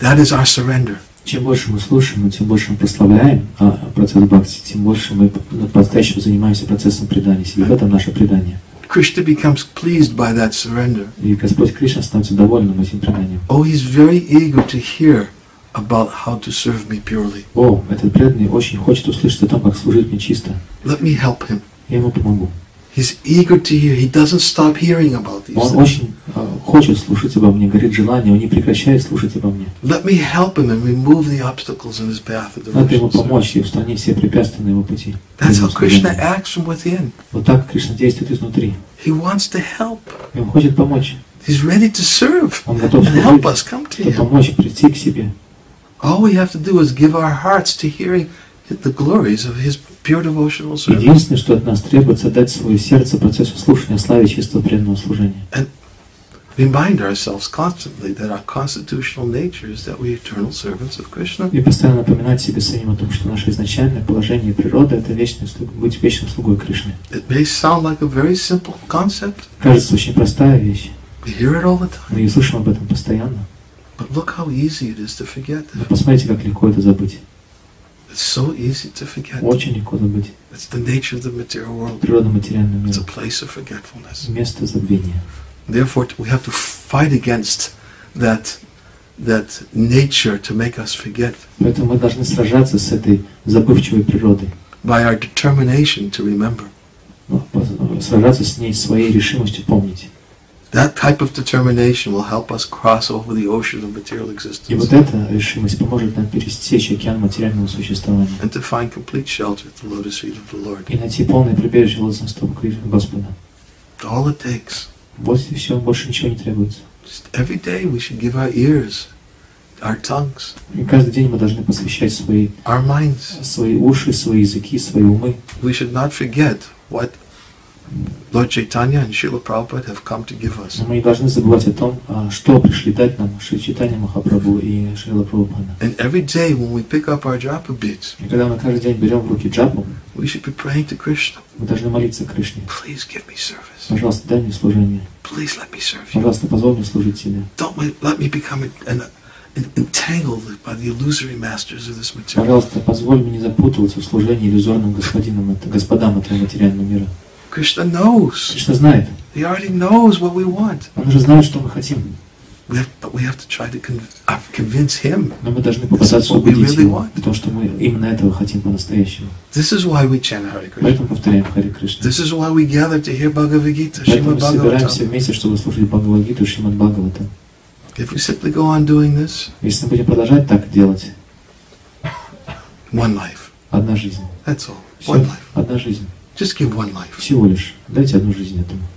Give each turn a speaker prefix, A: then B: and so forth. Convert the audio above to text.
A: That is our surrender.
B: Чем больше мы слушаем, и тем больше мы прославляем а, процесс бхакти, тем больше мы ну, по-настоящему занимаемся процессом предания себе. В этом наше предание.
A: Krishna becomes pleased by that surrender.
B: И Господь Кришна становится довольным этим преданием.
A: Oh, he's very eager to hear about how to serve me purely.
B: О, этот преданный очень хочет услышать о том, как служить мне чисто.
A: Let me help him.
B: Я ему помогу.
A: He's eager to hear. He doesn't stop hearing about these
B: Он
A: things.
B: очень э, хочет слушать обо мне, горит желание, он не прекращает слушать обо мне.
A: Let me help him and remove the obstacles in his path of
B: Надо ему
A: devotional service.
B: помочь и устранить все препятствия на его пути.
A: That's how
B: Ему
A: Krishna
B: служение.
A: acts from within.
B: Вот так Кришна действует изнутри.
A: He wants to help.
B: И он хочет помочь.
A: He's ready to serve
B: Он
A: and
B: готов
A: help
B: служить,
A: us come to
B: чтобы
A: him.
B: помочь прийти к себе.
A: All we have to do is give our hearts to hearing the glories of his pure devotional service.
B: Единственное, что от нас требуется, дать свое сердце процессу слушания, славе чистого преданного служения.
A: Remind ourselves constantly that our constitutional nature is that we are eternal servants of Krishna.
B: И постоянно напоминать себе самим о том, что наше изначальное положение и природа — это вечный слуг- быть вечным слугой Кришны.
A: It may sound like a very simple concept.
B: Кажется, очень простая вещь.
A: We hear it all the time.
B: Мы и слышим об этом постоянно.
A: But look how easy it is to forget.
B: Но посмотрите, как легко это забыть.
A: It's so easy to forget.
B: Очень легко забыть.
A: It's the nature of the material world.
B: Природа материального
A: It's a
B: мира.
A: place of forgetfulness.
B: Место забвения.
A: Therefore, we have to fight against that that nature to make us forget
B: Поэтому мы должны сражаться с этой забывчивой природой.
A: by our determination to remember.
B: Ну, по- Сражаться с ней своей решимостью помнить.
A: That type of determination will help us cross over the ocean of material
B: И
A: existence
B: вот эта решимость поможет нам пересечь океан материального существования
A: and to find complete shelter at the lotus feet of the Lord.
B: и найти полное прибежище лотосных стоп Кри- Господа.
A: All it takes.
B: Вот и все, больше ничего не требуется.
A: Just every day we should give our ears, our tongues,
B: И каждый день мы должны посвящать свои,
A: our minds.
B: свои уши, свои языки, свои умы.
A: We should not forget what Lord Chaitanya and Srila Prabhupada have come to give us.
B: Но мы не должны забывать о том, а, что пришли дать нам Шри Читания Махапрабху и Шрила Прабхупада.
A: And every day when we pick up our japa beads,
B: И когда мы каждый день берем в руки джапу,
A: we should be praying to Krishna,
B: мы должны молиться Кришне.
A: please give me service.
B: Пожалуйста, дай мне служение.
A: Please let me serve you.
B: Пожалуйста, позволь мне служить тебе.
A: Don't let- let me become en- en- en- entangled by the illusory masters of this material.
B: Пожалуйста, позволь мне не запутываться в служении иллюзорным господинам, это- господам этого материального мира.
A: Krishna knows.
B: Кришна знает.
A: He already knows what we want.
B: Он уже знает, что мы хотим.
A: We have, but we have to try to con- uh, convince him.
B: Но мы должны попытаться
A: What we
B: убедить
A: really
B: его,
A: want.
B: потому что мы именно этого хотим по-настоящему.
A: This is why we chant Hare Krishna.
B: Поэтому повторяем Хари Кришна.
A: This is why we gather to hear Bhagavad Gita,
B: Поэтому
A: Srimad
B: мы собираемся
A: Bhagavatam.
B: вместе, чтобы слушать Бхагавадгиту и Шримад Бхагавата.
A: If we simply go on doing this,
B: Если мы будем продолжать так делать,
A: one life.
B: одна жизнь.
A: That's all.
B: Всё.
A: One life.
B: Одна жизнь.
A: Just give one life.
B: Всего лишь. Дайте одну жизнь этому.